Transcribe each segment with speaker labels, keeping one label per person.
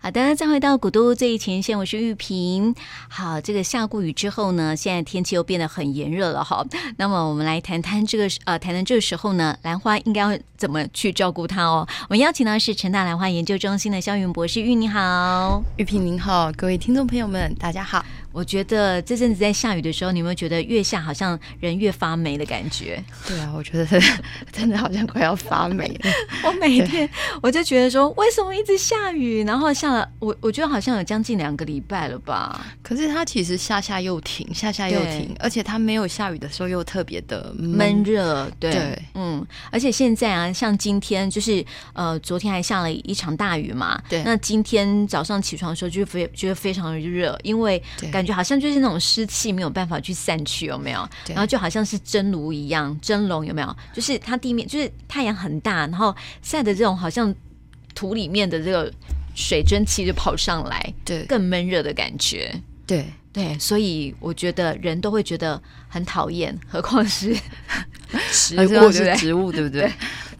Speaker 1: 好的，再回到古都最前线，我是玉萍。好，这个下过雨之后呢，现在天气又变得很炎热了哈。那么我们来谈谈这个时呃，谈谈这个时候呢，兰花应该要怎么去照顾它哦。我们邀请到是成大兰花研究中心的肖云博士，玉你好。
Speaker 2: 玉萍您好，各位听众朋友们，大家好。
Speaker 1: 我觉得这阵子在下雨的时候，你有没有觉得越下好像人越发霉的感觉？
Speaker 2: 对啊，我觉得真的好像快要发霉了。
Speaker 1: 我每天我就觉得说，为什么一直下雨？然后下了我，我觉得好像有将近两个礼拜了吧。
Speaker 2: 可是它其实下下又停，下下又停
Speaker 1: 对，
Speaker 2: 而且它没有下雨的时候又特别的
Speaker 1: 闷
Speaker 2: 闷。
Speaker 1: 热，对，
Speaker 2: 对
Speaker 1: 嗯，而且现在啊，像今天就是呃，昨天还下了一场大雨嘛，
Speaker 2: 对
Speaker 1: 那今天早上起床的时候就非觉得非常的热，因为
Speaker 2: 对
Speaker 1: 感觉好像就是那种湿气没有办法去散去，有没有？
Speaker 2: 对
Speaker 1: 然后就好像是蒸炉一样，蒸笼有没有？就是它地面就是太阳很大，然后晒的这种好像土里面的这个水蒸气就跑上来，
Speaker 2: 对
Speaker 1: 更闷热的感觉。
Speaker 2: 对，
Speaker 1: 对，所以我觉得人都会觉得很讨厌，何况 是植物，
Speaker 2: 而
Speaker 1: 对不
Speaker 2: 且是
Speaker 1: 对？
Speaker 2: 植物，对不 对？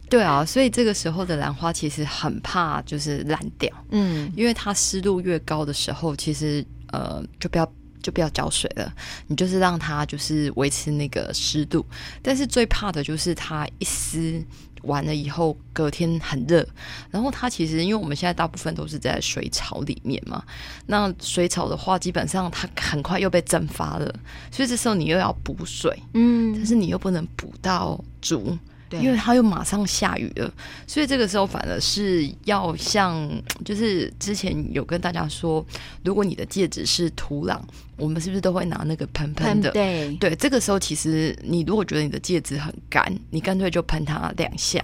Speaker 2: 对啊，所以这个时候的兰花其实很怕就是烂掉，
Speaker 1: 嗯，
Speaker 2: 因为它湿度越高的时候，其实呃就不要就不要浇水了，你就是让它就是维持那个湿度。但是最怕的就是它一湿完了以后，隔天很热，然后它其实因为我们现在大部分都是在水草里面嘛，那水草的话，基本上它很快又被蒸发了，所以这时候你又要补水，但
Speaker 1: 嗯，
Speaker 2: 是你又不能补到足，
Speaker 1: 对
Speaker 2: 因为它又马上下雨了，所以这个时候反而是要像，就是之前有跟大家说，如果你的戒指是土壤，我们是不是都会拿那个喷喷的？
Speaker 1: 对，
Speaker 2: 对，这个时候其实你如果觉得你的戒指很干，你干脆就喷它两下，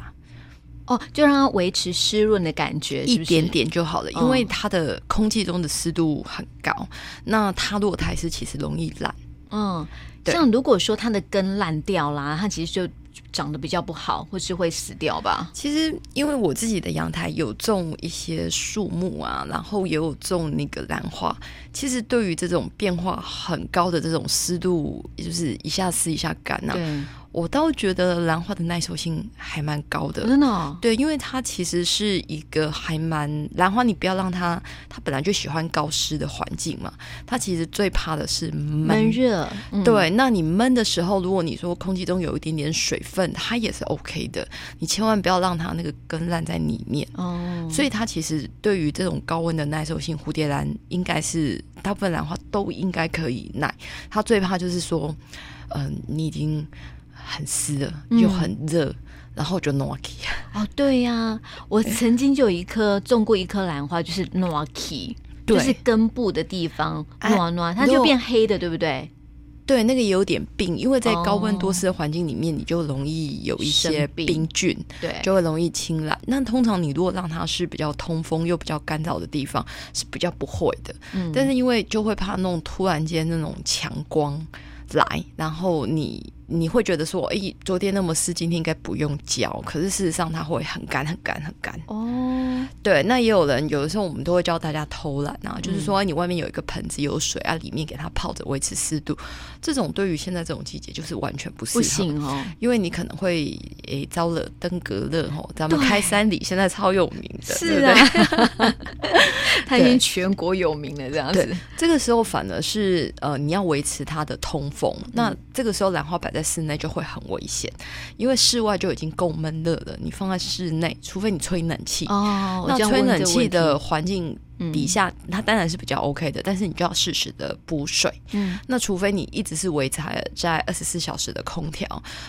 Speaker 1: 哦，就让它维持湿润的感觉，是
Speaker 2: 一
Speaker 1: 不是
Speaker 2: 点，点就好了，
Speaker 1: 嗯
Speaker 2: 因为它的空气中的湿度很高，那它如果太湿，其实容易烂。
Speaker 1: 嗯，
Speaker 2: 对
Speaker 1: 像如果说它的根烂掉啦，它其实就长得比较不好，或是会死掉吧？
Speaker 2: 其实因为我自己的阳台有种一些树木啊，然后也有种那个兰花。其实对于这种变化很高的这种湿度，也就是一下湿一下干呐、
Speaker 1: 对，哦
Speaker 2: 我倒觉得兰花的耐受性还蛮高的。
Speaker 1: 真的哦，
Speaker 2: 对，因为它其实是一个还蛮兰花，你不要让它，它本来就喜欢高湿的环境嘛。它其实最怕的是
Speaker 1: 闷
Speaker 2: 闷
Speaker 1: 热，嗯，
Speaker 2: 对，那你闷的时候，如果你说空气中有一点点水分，它也是 OK 的。你千万不要让它那个根烂在里面。
Speaker 1: 哦，
Speaker 2: 所以它其实对于这种高温的耐受性，蝴蝶兰应该是大部分兰花都应该可以耐。它最怕就是说，嗯、你已经很湿了，
Speaker 1: 嗯
Speaker 2: 又很热，然后就 n o k
Speaker 1: 哦，对呀、我曾经就有一颗种过一颗兰花，就是 noaki，
Speaker 2: 对
Speaker 1: 就是根部的地方
Speaker 2: 哎
Speaker 1: n o n 它就
Speaker 2: 如果
Speaker 1: 变黑的，对不对？
Speaker 2: 对，那个也有点病，因为在高温
Speaker 1: 哦
Speaker 2: 多湿的环境里面，你就容易有一些
Speaker 1: 生病
Speaker 2: 病菌。
Speaker 1: 对，
Speaker 2: 就会容易侵染。那通常你如果让它是比较通风又比较干燥的地方，是比较不会的。
Speaker 1: 嗯
Speaker 2: 但是因为就会怕那种突然间那种强光来，然后你你会觉得说，诶，昨天那么湿，今天应该不用浇。可是事实上它会很干很干很干。
Speaker 1: 哦，
Speaker 2: 对，那也有人有的时候我们都会教大家偷懒啊，就是
Speaker 1: 嗯
Speaker 2: 说你外面有一个盆子有水啊，里面给它泡着维持湿度。这种对于现在这种季节就是完全不适
Speaker 1: 不
Speaker 2: 合。
Speaker 1: 行哦，
Speaker 2: 因为你可能会诶、招惹登革热吼，咱们
Speaker 1: 对
Speaker 2: 开山里现在超有名的，
Speaker 1: 是
Speaker 2: 对不
Speaker 1: 啊
Speaker 2: 对？，
Speaker 1: 他已经全国有名了，这样子
Speaker 2: 对。 这个时候反而是呃，你要维持它的通风。
Speaker 1: 嗯
Speaker 2: 那这个时候兰花摆在室内就会很危险，因为室外就已经够闷热了，你放在室内，除非你吹冷气。
Speaker 1: 哦，我
Speaker 2: 那
Speaker 1: 这样
Speaker 2: 吹
Speaker 1: 问
Speaker 2: 冷
Speaker 1: 这个
Speaker 2: 气
Speaker 1: 问
Speaker 2: 的
Speaker 1: 题，嗯
Speaker 2: 环境底下，它当然是比较 OK 的，但是你就要适时的补水。
Speaker 1: 嗯，
Speaker 2: 那除非你一直是维持在二十四小时的空调，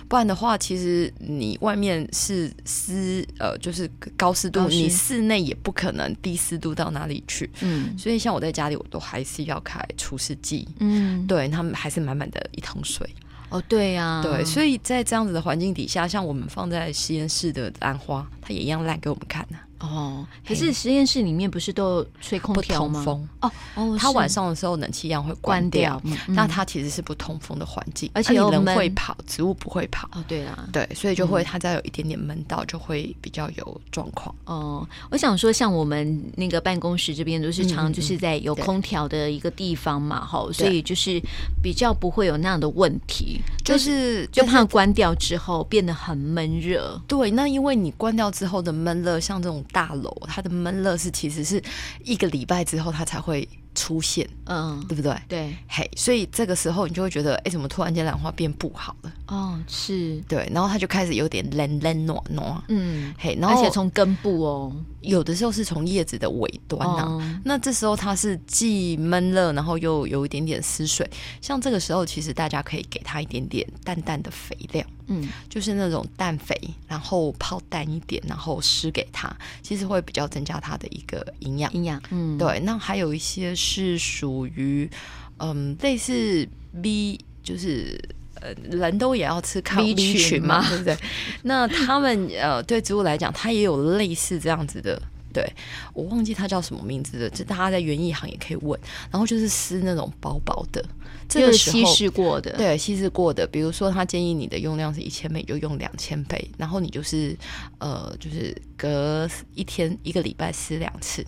Speaker 2: 不然的话，其实你外面是湿呃，就是高湿度，
Speaker 1: 高湿
Speaker 2: 你室内也不可能低湿度到哪里去。
Speaker 1: 嗯
Speaker 2: 所以像我在家里，我都还是要开除湿机，
Speaker 1: 嗯，
Speaker 2: 对他们还是满满的一桶水。
Speaker 1: 哦，对呀，
Speaker 2: 对，所以在这样子的环境底下，像我们放在实验室的兰花，它也一样烂给我们看啊呐、
Speaker 1: 哦，可是实验室里面不是都有吹空
Speaker 2: 不
Speaker 1: 调
Speaker 2: 通
Speaker 1: 吗？
Speaker 2: 风。
Speaker 1: 哦哦，
Speaker 2: 它
Speaker 1: 是
Speaker 2: 晚上的时候冷气一样会
Speaker 1: 关
Speaker 2: 关掉，
Speaker 1: 嗯
Speaker 2: 那
Speaker 1: 嗯
Speaker 2: 它其实是不通风的环境，
Speaker 1: 而且
Speaker 2: 啊
Speaker 1: 又
Speaker 2: 你人
Speaker 1: 闷
Speaker 2: 会跑，植物不会跑。
Speaker 1: 哦，对啦，
Speaker 2: 对，所以就
Speaker 1: 嗯
Speaker 2: 会它只要有一点点闷到，就会比较有状况。
Speaker 1: 哦，我想说，像我们那个办公室这边都
Speaker 2: 嗯
Speaker 1: 是常就是在有
Speaker 2: 对
Speaker 1: 空调的一个地方嘛，哈，所以就是比较不会有那样的问题，
Speaker 2: 就是
Speaker 1: 就
Speaker 2: 就
Speaker 1: 怕关掉之后变得很闷热。
Speaker 2: 对，那因为你关掉之后的闷热，像这种大楼，它的闷热是其实是一个礼拜之后它才会出现，
Speaker 1: 嗯，
Speaker 2: 对不对？
Speaker 1: 对，
Speaker 2: 嘿，所以这个时候你就会觉得，哎，怎么突然间兰花变不好了？
Speaker 1: 哦，是，
Speaker 2: 对，然后它就开始有点冷冷暖暖，
Speaker 1: 嗯，
Speaker 2: 嘿，然
Speaker 1: 而
Speaker 2: 后
Speaker 1: 且从根部哦，
Speaker 2: 有的时候是从叶子的尾端呐、
Speaker 1: 哦
Speaker 2: 那这时候它是既闷热，然后又有一点点湿水。像这个时候，其实大家可以给它一点点淡淡的肥料，
Speaker 1: 嗯，
Speaker 2: 就是那种氮肥，然后泡淡一点，然后施给它，其实会比较增加它的一个营养。
Speaker 1: 营养，嗯，，
Speaker 2: 对，那还有一些是属于，嗯，类似 B，就是呃，人都也要吃抗
Speaker 1: B 群
Speaker 2: 嘛
Speaker 1: 嘛，
Speaker 2: 对不对？那他们呃，对植物来讲，它也有类似这样子的。对，我忘记它叫什么名字了，这大家在园艺行也可以问。然后就是撕那种薄薄的，这
Speaker 1: 就
Speaker 2: 个
Speaker 1: 是
Speaker 2: 时
Speaker 1: 稀
Speaker 2: 候
Speaker 1: 释过的，，
Speaker 2: 对稀释过的，比如说他建议你的用量是一千倍，你就用两千倍，然后你就是呃，就是隔一天一个礼拜撕两次。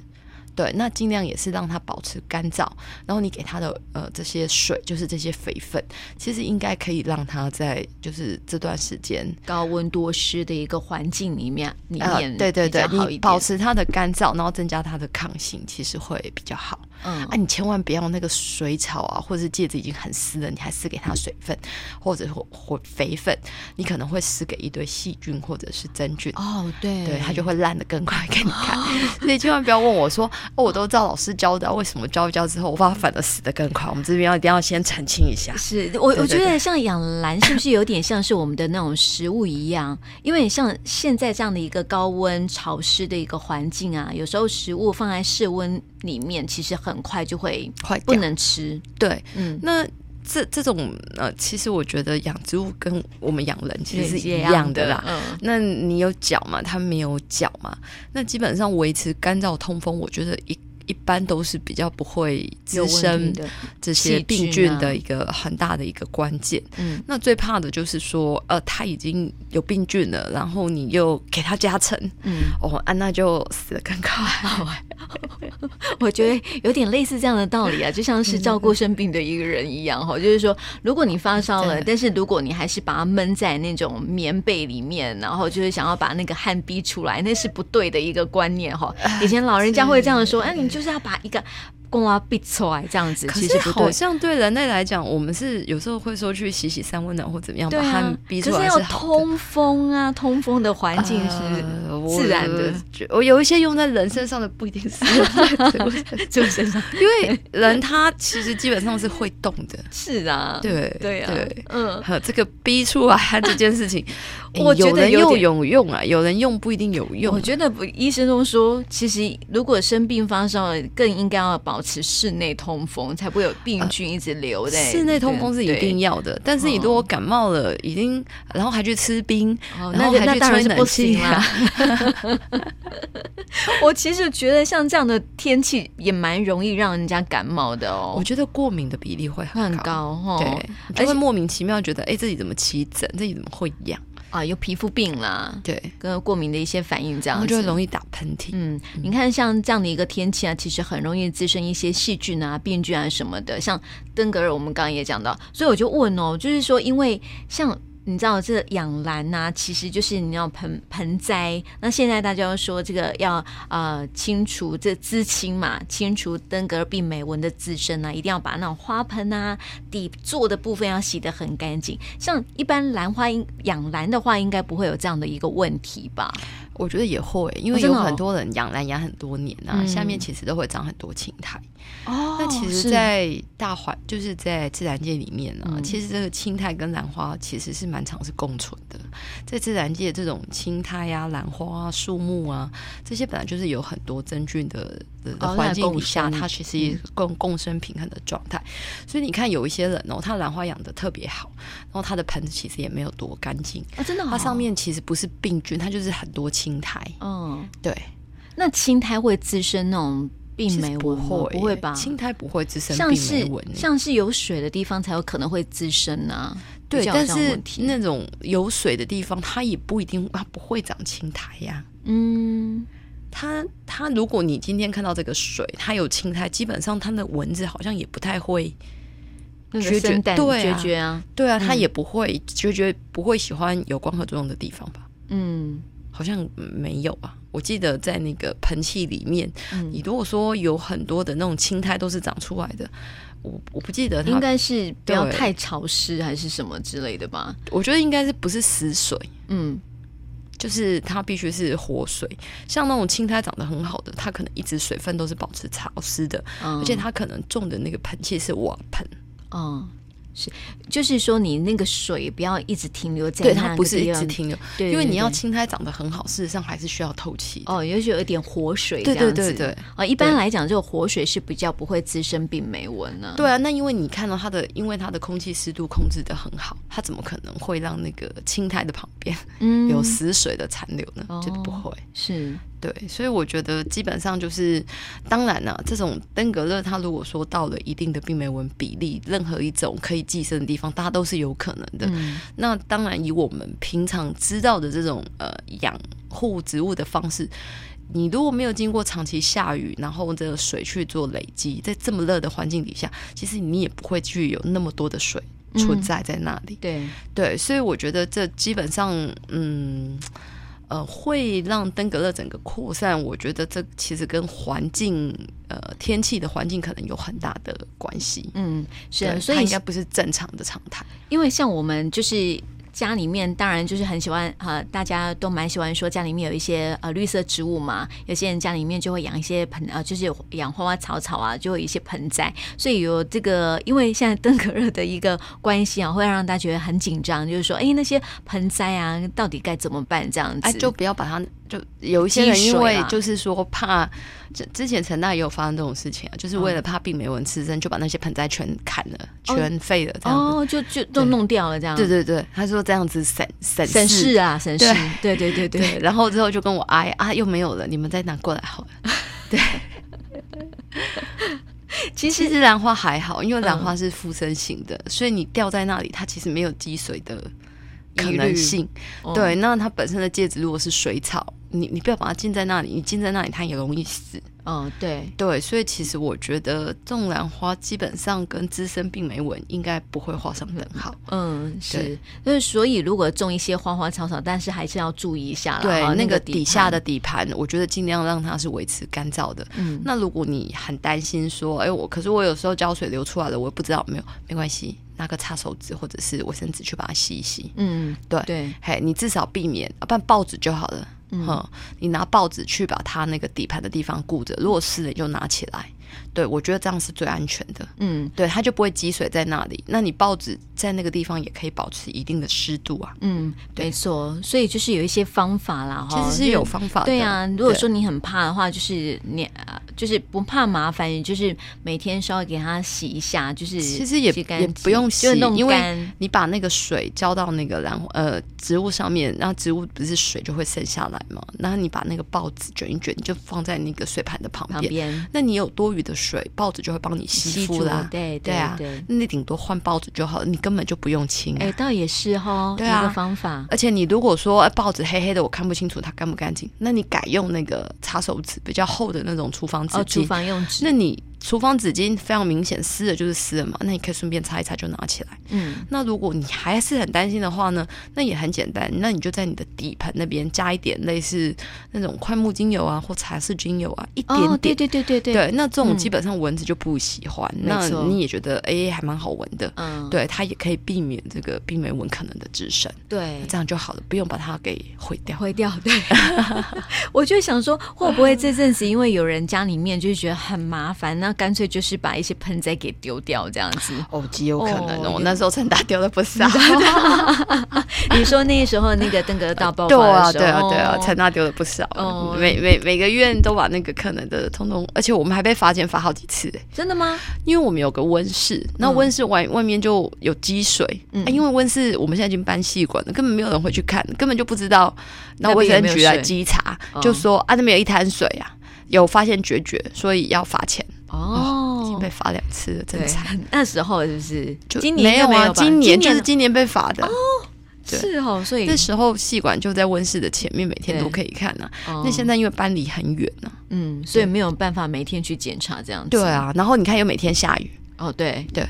Speaker 2: 对，那尽量也是让它保持干燥，然后你给它的呃这些水，就是这些肥分，其实应该可以让它在就是这段时间，
Speaker 1: 高温多湿的一个环境里面，里
Speaker 2: 呃，
Speaker 1: 面
Speaker 2: 对对
Speaker 1: 比较
Speaker 2: 对，
Speaker 1: 好
Speaker 2: 你
Speaker 1: 一
Speaker 2: 保
Speaker 1: 点，
Speaker 2: 持它的干燥，然后增加它的抗性，其实会比较好。
Speaker 1: 嗯
Speaker 2: 啊，，你千万不要那个水草啊，或者是叶子已经很湿了，你还施给它水分，或者或或肥粉，你可能会施给一堆细菌或者是真菌。
Speaker 1: 哦，对，
Speaker 2: 对，哦它就会烂得更快给你看， 所以千万不要问我说，哦，我都知道老师教的啊，为什么教一教之后，我把它反而死得更快？我们这边要一定要先澄清一下。
Speaker 1: 是我，我
Speaker 2: 对
Speaker 1: 觉
Speaker 2: 对
Speaker 1: 得像养兰是不是有点像是我们的那种食物一样？因为像现在这样的一个高温潮湿的一个环境啊，有时候食物放在室温里面，其实很快就会
Speaker 2: 坏
Speaker 1: 不
Speaker 2: 掉
Speaker 1: 能吃。
Speaker 2: 对，
Speaker 1: 嗯，
Speaker 2: 那这这种呃，其实我觉得养植物跟我们养人其实是一
Speaker 1: 也
Speaker 2: 样的啦，
Speaker 1: 嗯，
Speaker 2: 那你有脚吗？它没有脚嘛？那基本上维持干燥通风，我觉得一一般都是比较不会
Speaker 1: 有
Speaker 2: 滋
Speaker 1: 问题
Speaker 2: 生
Speaker 1: 的，
Speaker 2: 这些
Speaker 1: 细菌
Speaker 2: 病菌
Speaker 1: 啊
Speaker 2: 的一个很大的一个关键。
Speaker 1: 嗯，
Speaker 2: 那最怕的就是说，呃，它已经有病菌了，然后你又给它加成，
Speaker 1: 嗯，
Speaker 2: 哦，安、娜就死得更快。
Speaker 1: 我觉得有点类似这样的道 理啊，就像是照顾生病的一个人一样哈，就是说，如果你发烧了，
Speaker 2: 对
Speaker 1: 但是如果你还是把它闷在那种棉被里面，然后就是想要把那个汗逼出来，那是不对的一个观念哈。以前老人家会这样说，哎、你呃就是要把一个光啊逼出来这样子，
Speaker 2: 可
Speaker 1: 其
Speaker 2: 是
Speaker 1: 实不
Speaker 2: 好
Speaker 1: 对。
Speaker 2: 像对人类来讲，我们是有时候会说去洗洗三温暖或怎么样，
Speaker 1: 对
Speaker 2: 把
Speaker 1: 啊
Speaker 2: 汗逼，出
Speaker 1: 可是
Speaker 2: 来
Speaker 1: 要
Speaker 2: 好的。
Speaker 1: 通风啊，通风的环境是
Speaker 2: 呃我
Speaker 1: 自然的，
Speaker 2: 觉我有一些用在人身上的不一定是用在植物身上
Speaker 1: 就身上
Speaker 2: 因为人他其实基本上是会动 的，
Speaker 1: 是啊，
Speaker 2: 对
Speaker 1: 对啊，
Speaker 2: 对。
Speaker 1: 嗯，
Speaker 2: 呵，这个逼出来这件 事情，诶
Speaker 1: 我觉
Speaker 2: 有
Speaker 1: 得
Speaker 2: 人
Speaker 1: 有
Speaker 2: 又
Speaker 1: 点
Speaker 2: 有用啊，有人用不一定有用啊
Speaker 1: 我。觉得不，医生都说，其实如果生病发烧，更应该要保持室内通风，才不会有病菌一直留在、
Speaker 2: 呃室内通风是一定
Speaker 1: 要。
Speaker 2: 要的，但是你如果感冒了，已经然后还去吃冰，
Speaker 1: 哦，
Speaker 2: 然
Speaker 1: 那
Speaker 2: 后
Speaker 1: 个
Speaker 2: 还
Speaker 1: 那
Speaker 2: 去
Speaker 1: 当然
Speaker 2: 吹
Speaker 1: 是不
Speaker 2: 冷
Speaker 1: 行
Speaker 2: 气
Speaker 1: 啦
Speaker 2: 啊，。
Speaker 1: 我其实觉得像这样的天气也蛮容易让人家感冒的哦
Speaker 2: 我，觉得过敏的比例会
Speaker 1: 会
Speaker 2: 很
Speaker 1: 很
Speaker 2: 高，
Speaker 1: 高哦。
Speaker 2: 对，你
Speaker 1: 而
Speaker 2: 就
Speaker 1: 且
Speaker 2: 会莫名其妙觉得，哎，自己怎么起疹，自己怎么会痒，
Speaker 1: 啊，有皮肤病啦，
Speaker 2: 对，
Speaker 1: 跟过敏的一些反应这
Speaker 2: 然
Speaker 1: 样
Speaker 2: 后
Speaker 1: 子
Speaker 2: 就会。容易打喷嚏。
Speaker 1: 嗯，你看像这样的一个天气啊，其实很容易滋生一些细菌啊、病菌啊什么的。像登革热，我们刚刚也讲到，所以我就问哦，就是说，因为像你知道这养兰呐、其实就是你要盆盆栽。那现在大家都说这个要呃清除这滋青嘛，清除登革热病媒蚊的滋生啊，一定要把那种花盆啊、底座的部分要洗得很干净。像一般兰花应养兰的话，应该不会有这样的一个问题吧？
Speaker 2: 我觉得也会，因为
Speaker 1: 真
Speaker 2: 有
Speaker 1: 的哦
Speaker 2: 很多人养蓝养很多年啊，
Speaker 1: 嗯
Speaker 2: 下面其实都会长很多青苔。
Speaker 1: 哦
Speaker 2: 那其实，在大环就是在自然界里面呢、
Speaker 1: 嗯
Speaker 2: 其实这个青苔跟兰花其实是蛮常是共存的。在自然界，这种青苔呀、兰花啊、树木啊，这些本来就是有很多真菌的的的
Speaker 1: 哦
Speaker 2: 环境底
Speaker 1: 那
Speaker 2: 下，
Speaker 1: 共生嗯
Speaker 2: 它其实也是共共生平衡的状态。所以你看，有一些人哦，他兰花养的特别好，然后他的盆子其实也没有多干净，
Speaker 1: 啊，真的、哦，
Speaker 2: 它上，面其实不是病菌，它就是很多青苔。
Speaker 1: 嗯，
Speaker 2: 对，
Speaker 1: 那青苔会滋生那种病
Speaker 2: 其
Speaker 1: 媒蚊
Speaker 2: 实不
Speaker 1: 吗
Speaker 2: 会耶，
Speaker 1: 不会吧？
Speaker 2: 青苔不会滋生
Speaker 1: 像
Speaker 2: 病媒
Speaker 1: 是
Speaker 2: 蚊耶，
Speaker 1: 像是有水的地方才有可能会滋生啊，
Speaker 2: 对，
Speaker 1: 比较有
Speaker 2: 但
Speaker 1: 这样的
Speaker 2: 是
Speaker 1: 问题
Speaker 2: 那种有水的地方，它也不一定，它不会长青苔呀、
Speaker 1: 嗯，
Speaker 2: 它它，如果你今天看到这个水，它有青苔，基本上它的蚊子好像也不太会，
Speaker 1: 那个
Speaker 2: 决绝
Speaker 1: 生蛋
Speaker 2: 对
Speaker 1: 决
Speaker 2: 啊
Speaker 1: 绝啊，
Speaker 2: 对啊，它也不会，就觉得不会喜欢有光合作用的地方吧？
Speaker 1: 嗯，
Speaker 2: 好像没有啊，我记得在那个盆器里面，
Speaker 1: 嗯
Speaker 2: 你如果说有很多的那种青苔都是长出来的，我我不记得它
Speaker 1: 应该是不要
Speaker 2: 对
Speaker 1: 太潮湿还是什么之类的吧？
Speaker 2: 我觉得应该是不是死水，
Speaker 1: 嗯，
Speaker 2: 就是它必须是活水。像那种青苔长得很好的，它可能一直水分都是保持潮湿的，
Speaker 1: 而
Speaker 2: 而且它可能种的那个盆器是瓦盆，
Speaker 1: 嗯，是，就是说你那个水不要一直停留在
Speaker 2: 对，
Speaker 1: 那
Speaker 2: 它
Speaker 1: 个
Speaker 2: 不是
Speaker 1: 地
Speaker 2: 一直
Speaker 1: 方
Speaker 2: 停留，
Speaker 1: 对
Speaker 2: 因为
Speaker 1: 对
Speaker 2: 你要
Speaker 1: 对
Speaker 2: 青苔长得很好，事实上还是需要透气的。
Speaker 1: 哦，也许有一点活水这
Speaker 2: 对
Speaker 1: 样子。
Speaker 2: 对对对。
Speaker 1: 哦，一般
Speaker 2: 对
Speaker 1: 来讲，这种活水是比较不会滋生病媒蚊呢、啊。
Speaker 2: 对啊，那因为你看到它的，因为它的空气湿度控制的很好，它怎么可能会让那个青苔的旁边
Speaker 1: 嗯
Speaker 2: 有死水的残留呢？
Speaker 1: 哦
Speaker 2: 这不会。
Speaker 1: 是，
Speaker 2: 对，所以我觉得基本上就是，当然啦、这种登革热它如果说到了一定的病媒蚊比例，任何一种可以寄生的地方，它都是有可能的。
Speaker 1: 嗯
Speaker 2: 那当然，以我们平常知道的这种呃养护植物的方式，你如果没有经过长期下雨，然后这个水去做累积，在这么热的环境底下，其实你也不会去有那么多的水存在在那里。
Speaker 1: 对，
Speaker 2: 对，所以我觉得这基本上，嗯。呃，会让登革热整个扩散，我觉得这其实跟环境、呃天气的环境可能有很大的关系。
Speaker 1: 嗯，是啊，
Speaker 2: 对
Speaker 1: 所
Speaker 2: 它
Speaker 1: 以
Speaker 2: 应该不是正常的常态。
Speaker 1: 因为像我们就是。家里面当然就是很喜欢，呃，大家都蛮喜欢说家里面有一些呃绿色植物嘛，有些人家里面就会养一些盆，呃，就是有养花花草草啊，就会有一些盆栽，所以有这个，因为现在登革热的一个关系啊，会让大家觉得很紧张，就是说，哎，那些盆栽啊，到底该怎么办这样子？
Speaker 2: 哎，就不要把它就有一些人
Speaker 1: 积水
Speaker 2: 因为
Speaker 1: 啦
Speaker 2: 就是说怕，之之前陈大也有发生这种事情啊，就是为了怕病媒蚊滋生，就把那些盆栽全砍了、全废了这样子。
Speaker 1: 哦，就就都弄掉了这样，
Speaker 2: 对对对，他说这样子省省
Speaker 1: 省
Speaker 2: 事。
Speaker 1: 事啊，省事，对对对对，
Speaker 2: 对，然后之后就跟我哀啊，又没有了，你们再拿过来好了。
Speaker 1: 其
Speaker 2: 其
Speaker 1: 实嗯
Speaker 2: 实兰花还好，因为兰花是附生型的，所以你掉在那里，它其实没有积水的可能性。
Speaker 1: 哦
Speaker 2: 对，那它本身的介质如果是水草，你你不要把它浸在那里，你浸在那里它也容易死。
Speaker 1: 哦，对，
Speaker 2: 对，所以其实我觉得种兰花基本上跟滋生病媒蚊应该不会画上等号。
Speaker 1: 嗯，是
Speaker 2: 对，
Speaker 1: 那所以如果种一些花花草草，但是还是要注意一下啦。
Speaker 2: 对
Speaker 1: 啊哈，
Speaker 2: 那个
Speaker 1: 底
Speaker 2: 底下的底盘，我觉得尽量让它是维持干燥的。
Speaker 1: 嗯
Speaker 2: 那如果你很担心说，哎，我可是我有时候胶水流出来了，我也不知道有没有，没关系，拿个擦手纸或者是卫生纸去把它吸一吸。
Speaker 1: 嗯，
Speaker 2: 对
Speaker 1: 对，
Speaker 2: 嘿，你至少避免，啊，不然报纸就好了。
Speaker 1: 嗯
Speaker 2: 嗯，你拿报纸去把它那个底盘的地方固着，如果湿了你就拿起来。对，我觉得这样是最安全的。
Speaker 1: 嗯
Speaker 2: 对，它就不会积水在那里。那你报纸在那个地方也可以保持一定的湿度啊，
Speaker 1: 嗯，没错，所以就是有一些方法啦，
Speaker 2: 其
Speaker 1: 哈，
Speaker 2: 实是有方法的。
Speaker 1: 对啊，如果说你很怕的话，就是你呃就是不怕麻烦，就是每天稍微给它洗一下，就是
Speaker 2: 其实也
Speaker 1: 洗干
Speaker 2: 也
Speaker 1: 净
Speaker 2: 不用
Speaker 1: 就
Speaker 2: 洗
Speaker 1: 弄
Speaker 2: 因为
Speaker 1: 干。
Speaker 2: 你把那个水浇到那个兰花呃植物上面，然后植物不是水就会渗下来嘛？然后你把那个报纸卷一卷，你就放在那个水盘的旁
Speaker 1: 旁
Speaker 2: 边。
Speaker 1: 边
Speaker 2: 那你有多余的水，报纸就会帮你吸
Speaker 1: 住
Speaker 2: 附啦。
Speaker 1: 对
Speaker 2: 对啊
Speaker 1: 对，，
Speaker 2: 那你顶多换报纸就好了，你根本就不用清啊、
Speaker 1: 哎，倒也是哈，
Speaker 2: 对啊
Speaker 1: 一个方法。
Speaker 2: 而且你如果说、哎报纸黑黑的，我看不清楚它干不干净，那你改用那个擦手纸比较厚的那种厨房纸
Speaker 1: 哦，
Speaker 2: 巾，
Speaker 1: 厨房用纸，
Speaker 2: 那你厨房纸巾非常明显湿了就是湿了嘛，那你可以顺便擦一擦就拿起来。
Speaker 1: 嗯
Speaker 2: 那如果你还是很担心的话呢，那也很简单，那你就在你的底盆那边加一点类似那种快木精油啊或茶室精油啊，一点点。
Speaker 1: 哦，对对对对对，
Speaker 2: 对那这种
Speaker 1: 嗯
Speaker 2: 基本上蚊子就不喜欢，
Speaker 1: 没
Speaker 2: 那
Speaker 1: 错
Speaker 2: 你也觉得哎、还蛮好闻的，
Speaker 1: 嗯，
Speaker 2: 对它也可以避免这个病媒蚊可能的滋生，
Speaker 1: 对，
Speaker 2: 这样就好了，不用把它给毁掉。
Speaker 1: 毁掉。 对，我就想说，会不会这阵子因为有人家里面就是觉得很麻烦，那干脆就是把一些盆栽给丢掉这样子。
Speaker 2: 哦，极有可能
Speaker 1: 哦
Speaker 2: 哦，那时候陈达丢了 不少。
Speaker 1: 你说那时候 那个登革大爆
Speaker 2: 对
Speaker 1: 发的
Speaker 2: 啊，
Speaker 1: 时
Speaker 2: 对啊，
Speaker 1: 候，
Speaker 2: 对啊，
Speaker 1: 哦
Speaker 2: 陈大丢了不少，
Speaker 1: 哦
Speaker 2: 每每每个月都把那个可能的通通，而且我们还被罚钱罚好几次，
Speaker 1: 真的吗？
Speaker 2: 因为我们有个温室，那温室外外面就有积水，
Speaker 1: 嗯
Speaker 2: 啊因为温室我们现在已经搬戏馆了，根本没有人会去看，根本就不知道，那卫生局来稽查
Speaker 1: 那边有没有水，嗯
Speaker 2: 就说啊那边有一滩水啊，有发现决绝，所以要罚钱，已经
Speaker 1: 哦
Speaker 2: 被，罚两次了，真
Speaker 1: 对
Speaker 2: 惨。，
Speaker 1: 那时候是不是？
Speaker 2: 就
Speaker 1: 今年
Speaker 2: 没有
Speaker 1: 应该
Speaker 2: 啊，
Speaker 1: 吧
Speaker 2: 今年就是
Speaker 1: 哦
Speaker 2: 今年被罚的，对
Speaker 1: 是哦，所以
Speaker 2: 那时候戏馆就在温室的前面，每天
Speaker 1: 对
Speaker 2: 都可以看啊。
Speaker 1: 哦
Speaker 2: 那现在因为搬离很远啊，
Speaker 1: 嗯，所以没有办法每天去检查这样子。
Speaker 2: 对，啊，然后你看又每天下雨，
Speaker 1: 哦对
Speaker 2: 对，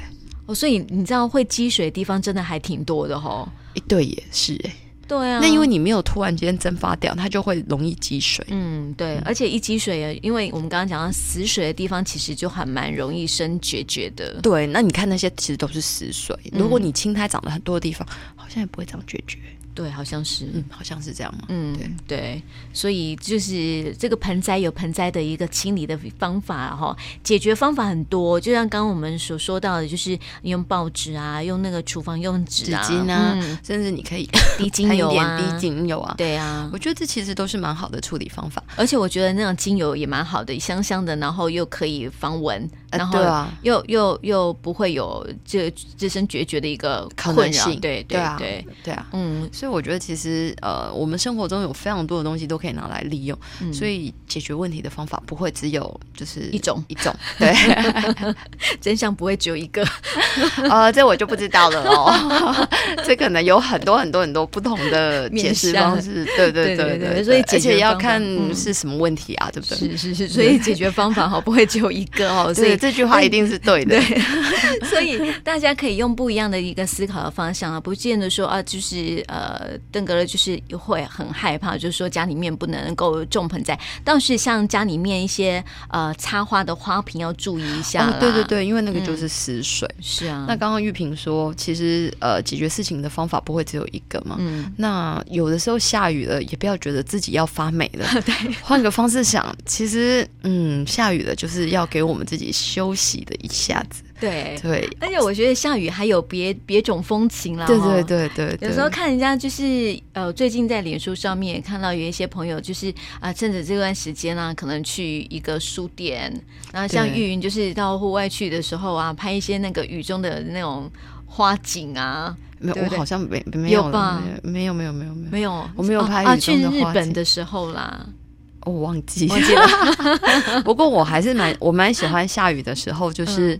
Speaker 1: 哦，所以你知道会积水的地方真的还挺多的哦。
Speaker 2: 诶对也是哎、
Speaker 1: 对啊，
Speaker 2: 那因为你没有突然间蒸发掉，它就会容易积水。
Speaker 1: 嗯，对，而且一积水啊，因为我们刚刚讲到死水的地方，其实就还蛮容易生决绝的。
Speaker 2: 对，那你看那些其实都是死水。如
Speaker 1: 嗯
Speaker 2: 果你青苔长得很多的地方，好像也不会长决绝。
Speaker 1: 对，好像是。
Speaker 2: 嗯，好像是这样嘛。
Speaker 1: 嗯，
Speaker 2: 对
Speaker 1: 对，所以就是这个盆栽有盆栽的一个清理的方法哈，解决方法很多，就像刚刚我们所说到的，就是用报纸啊，用那个厨房用纸
Speaker 2: 纸
Speaker 1: 啊，
Speaker 2: 巾啊，
Speaker 1: 嗯
Speaker 2: 甚至你可以
Speaker 1: 滴精
Speaker 2: 喷一
Speaker 1: 油
Speaker 2: 点
Speaker 1: 啊，
Speaker 2: 滴精油啊。
Speaker 1: 对啊
Speaker 2: 我，觉得这其实都是蛮好的处理方法。
Speaker 1: 而且我觉得那种精油也蛮好的，香香的，然后又可以防蚊，
Speaker 2: 呃
Speaker 1: 然后
Speaker 2: 对啊，
Speaker 1: 又又又不会有这这身决绝的一个
Speaker 2: 可
Speaker 1: 困
Speaker 2: 能
Speaker 1: 扰，
Speaker 2: 性，
Speaker 1: 对
Speaker 2: 对啊，
Speaker 1: 对，
Speaker 2: 对啊。
Speaker 1: 嗯
Speaker 2: 所以我觉得其实呃，我们生活中有非常多的东西都可以拿来利用，所以解决问题的方法不会只有就是
Speaker 1: 嗯一种
Speaker 2: 一种，对，
Speaker 1: 真相不会只有一个，
Speaker 2: 呃，这我就不知道了哦， 这可能有很多很多很多不同的解释方式，对
Speaker 1: 对
Speaker 2: 对
Speaker 1: 对
Speaker 2: 对
Speaker 1: 对所以解决
Speaker 2: 而且要
Speaker 1: 方法
Speaker 2: 看
Speaker 1: 嗯
Speaker 2: 是什么问题啊，对不对？
Speaker 1: 是是是， 所以解决方法哈不会只有一个哦，所
Speaker 2: 所以
Speaker 1: 以
Speaker 2: 这句话一定是对的，
Speaker 1: 所以大家可以用不一样的一个思考的方向啊，不见得说啊，就是呃，邓格勒就是会很害怕，就是说家里面不能够种盆栽，倒是像家里面一些呃插花的花瓶要注意一下啦、
Speaker 2: 哦对对，对，因为那个就是死水。
Speaker 1: 是啊，
Speaker 2: 那刚刚玉萍说，其实呃，解决事情的方法不会只有一个嘛。
Speaker 1: 嗯，
Speaker 2: 那有的时候下雨了，也不要觉得自己要发霉 了，换个方式想，其实嗯，下雨了就是要给我们自己休息的一下子。
Speaker 1: 对。
Speaker 2: 对，
Speaker 1: 而且我觉得下雨还有别别种风情啦、哦，
Speaker 2: 对对对对对。
Speaker 1: 有时候看人家就是呃，最近在脸书上面也看到有一些朋友就是啊、趁着这段时间啊，可能去一个书店，然后像
Speaker 2: 对
Speaker 1: 玉云就是到户外去的时候啊，拍一些那个雨中的那种花景啊，
Speaker 2: 没有，
Speaker 1: 对不
Speaker 2: 我
Speaker 1: 对
Speaker 2: 好像没没
Speaker 1: 有
Speaker 2: 了
Speaker 1: 吧
Speaker 2: 没有没有没有没有没有，
Speaker 1: 没有，
Speaker 2: 我没有拍
Speaker 1: 啊啊，
Speaker 2: 雨
Speaker 1: 去
Speaker 2: 中的
Speaker 1: 日
Speaker 2: 花
Speaker 1: 本
Speaker 2: 景
Speaker 1: 的时候 啦，
Speaker 2: 哦我忘记
Speaker 1: 忘记了
Speaker 2: 不过我还是蛮我蛮喜欢下雨的时候，就是、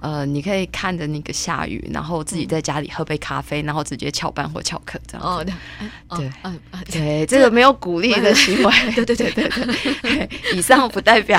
Speaker 1: 嗯
Speaker 2: 呃，你可以看着那个下雨，然后自己在家里喝杯咖啡，然后直接翘班或翘课这样。
Speaker 1: 哦，对，哦
Speaker 2: 对
Speaker 1: 啊啊，对
Speaker 2: 对，这个没有鼓励的行为。
Speaker 1: 对对对对对，
Speaker 2: 以上不代 表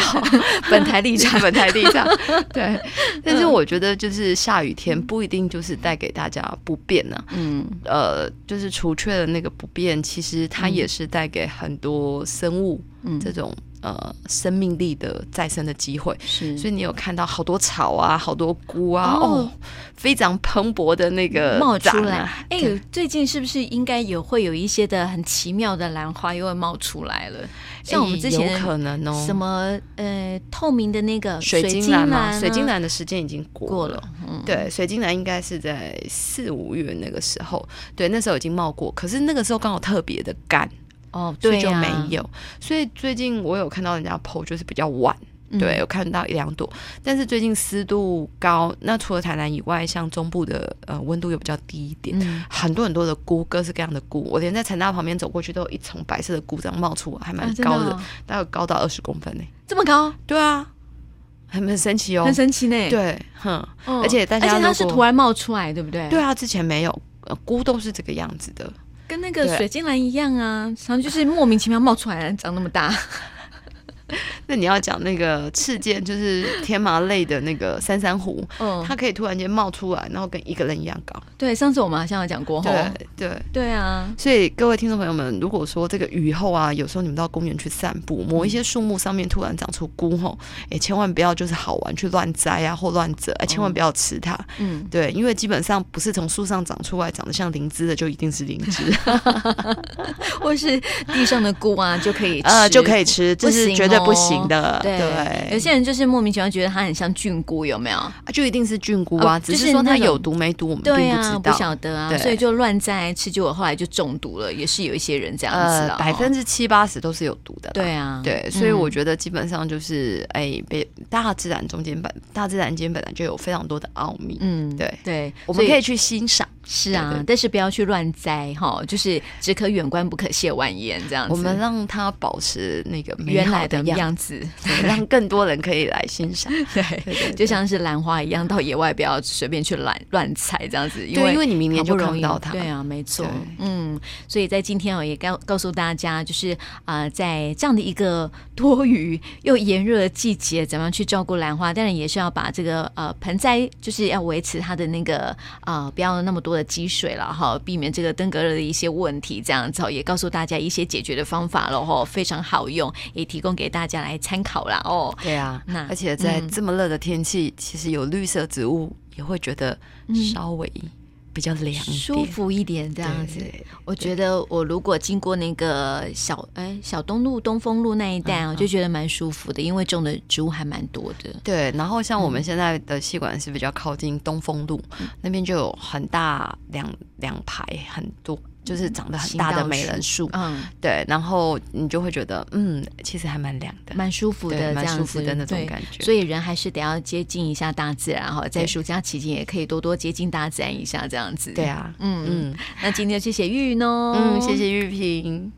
Speaker 1: 本台立场，
Speaker 2: 本台立场。 对，但是我觉得就是下雨天不一定就是带给大家不便啊呢、
Speaker 1: 嗯，
Speaker 2: 呃，就是除却了那个不便，其实它也是带给很多生物、
Speaker 1: 嗯
Speaker 2: 这种呃生命力的再生的机会。
Speaker 1: 是，
Speaker 2: 所以你有看到好多草啊，好多菇啊，
Speaker 1: 哦
Speaker 2: 哦，非常蓬勃的那个
Speaker 1: 冒出
Speaker 2: 长
Speaker 1: 来
Speaker 2: 啊。
Speaker 1: 哎、
Speaker 2: 对
Speaker 1: 最近是不是应该有会有一些的很奇妙的兰花又会冒出来了？像我们之前
Speaker 2: 有可能哦，
Speaker 1: 什么呃透明的那个
Speaker 2: 水
Speaker 1: 晶
Speaker 2: 晶兰嘛，
Speaker 1: 啊
Speaker 2: 水晶兰的时间已经过
Speaker 1: 过
Speaker 2: 了
Speaker 1: 了，嗯，
Speaker 2: 对，水晶兰应该是在四五月那个时候，对，那时候已经冒过，可是那个时候刚好特别的干，
Speaker 1: 哦，
Speaker 2: 所
Speaker 1: 对、
Speaker 2: 以
Speaker 1: 啊，
Speaker 2: 就没有。所以最近我有看到人家 PO 就是比较晚，
Speaker 1: 嗯
Speaker 2: 对，有看到一两朵，但是最近湿度高，那除了台南以外，像中部的呃温度又比较低一点。
Speaker 1: 嗯，
Speaker 2: 很多很多的菇，各式各样的菇，我连在成大旁边走过去都有一丛白色的菇这样冒出来，还蛮
Speaker 1: 啊真的
Speaker 2: 高的，
Speaker 1: 哦
Speaker 2: 大概有高到二十公分呢、
Speaker 1: 这么高，
Speaker 2: 对啊，很很神奇哦，
Speaker 1: 很神奇呢。
Speaker 2: 对，哼，
Speaker 1: 嗯，
Speaker 2: 而且大家
Speaker 1: 而且它是
Speaker 2: 如果
Speaker 1: 突然冒出来，对不对？
Speaker 2: 对，啊，之前没有，呃，菇都是这个样子的。
Speaker 1: 跟那个
Speaker 2: 对
Speaker 1: 水晶兰一样啊，常就是莫名其妙冒出来，长那么大。
Speaker 2: 那你要讲那个赤箭，就是天麻类的那个三珊瑚，
Speaker 1: 嗯，
Speaker 2: 它可以突然间冒出来，然后跟一个人一样高。
Speaker 1: 对，上次我们好像有讲过吼，
Speaker 2: 对对。
Speaker 1: 对啊，
Speaker 2: 所以各位听众朋友们，如果说这个雨后啊，有时候你们到公园去散步，某一些树木上面突然长出菇吼，也千万不要就是好玩去乱摘啊或乱折，哎，千万不要吃它。
Speaker 1: 嗯，
Speaker 2: 对，因为基本上不是从树上长出来，长得像灵芝的就一定是灵 芝，
Speaker 1: 或是地上的菇啊，就 可以吃，
Speaker 2: 呃，就可以吃，这
Speaker 1: 不
Speaker 2: 是
Speaker 1: 行
Speaker 2: 绝对
Speaker 1: 哦
Speaker 2: 不行的。
Speaker 1: 对，有些人就是莫名其妙觉得它很像菌菇，有没有？
Speaker 2: 啊，就一定是菌菇啊，
Speaker 1: 哦
Speaker 2: 只
Speaker 1: 就是
Speaker 2: 是说它
Speaker 1: 那种
Speaker 2: 有毒没毒，我们并
Speaker 1: 对
Speaker 2: 不
Speaker 1: 啊，
Speaker 2: 知
Speaker 1: 不
Speaker 2: 道。
Speaker 1: 晓得啊，
Speaker 2: 对
Speaker 1: 所以就乱摘来吃，结果后来就中毒了，也是有一些人这样子
Speaker 2: 呃
Speaker 1: 了，，
Speaker 2: 百分之七八十都是有毒的。
Speaker 1: 哦对。啊，
Speaker 2: 对，
Speaker 1: 嗯
Speaker 2: 所以我觉得基本上就是，哎、被大自然中间本大自然间本来就有非常多的奥秘，
Speaker 1: 嗯
Speaker 2: 对
Speaker 1: 对，
Speaker 2: 我们可
Speaker 1: 所
Speaker 2: 以去欣赏。
Speaker 1: 是啊
Speaker 2: 对对，
Speaker 1: 但是不要去乱摘哈，就是只可远观不可亵玩焉这样子。
Speaker 2: 我们啊让它保持那个美
Speaker 1: 原
Speaker 2: 好
Speaker 1: 来的
Speaker 2: 样
Speaker 1: 样子，
Speaker 2: 子， 让更多人可以来欣赏。对
Speaker 1: 对，
Speaker 2: 对
Speaker 1: 就像是兰花一样，到野外不要随便去乱乱采这样子，因
Speaker 2: 对，
Speaker 1: 为
Speaker 2: 因为你明
Speaker 1: 好
Speaker 2: 年就
Speaker 1: 不
Speaker 2: 看
Speaker 1: 容
Speaker 2: 不
Speaker 1: 易
Speaker 2: 到它。
Speaker 1: 对啊，没错
Speaker 2: 对，
Speaker 1: 嗯，所以在今天哦我也告告诉大家，就是啊，在这样的一个多雨又炎热的季节，怎么样去照顾兰花？当然也是要把这个呃盆栽，就是要维持它的那个呃不要那么多多的积水了哈，避免这个登革热的一些问题，这样子哦也告诉大家一些解决的方法了哈，非常好用，也提供给大家来参考啦哦。
Speaker 2: 对啊
Speaker 1: 那，
Speaker 2: 而且在
Speaker 1: 嗯
Speaker 2: 这么热的天气，其实有绿色植物也会觉得稍微比较凉一点
Speaker 1: 嗯舒服一点，这
Speaker 2: 这
Speaker 1: 样子。我觉得我如果经过那个小哎小东路、东风路那一
Speaker 2: 嗯
Speaker 1: 带啊，我就觉得蛮舒服的，因为种的植物还蛮多的。
Speaker 2: 对，然后像我
Speaker 1: 嗯
Speaker 2: 们现在的戏馆是比较靠近东风路、那边，就有很大两两排很多，就是长得很大
Speaker 1: 行
Speaker 2: 的
Speaker 1: 道
Speaker 2: 美人树。
Speaker 1: 嗯，
Speaker 2: 对，然后你就会觉得，嗯，其实还蛮凉的，
Speaker 1: 蛮舒服
Speaker 2: 对
Speaker 1: 的，
Speaker 2: 蛮
Speaker 1: 这样
Speaker 2: 舒服
Speaker 1: 子
Speaker 2: 的那种
Speaker 1: 对
Speaker 2: 感觉
Speaker 1: 所以人还是得要接近一下大自然哈，在
Speaker 2: 对
Speaker 1: 暑假期间也可以多多接近大自然一下，这样子。
Speaker 2: 对，啊，
Speaker 1: 嗯嗯。
Speaker 2: 嗯
Speaker 1: 那今天就谢谢玉云哦，
Speaker 2: 嗯，谢。谢玉萍。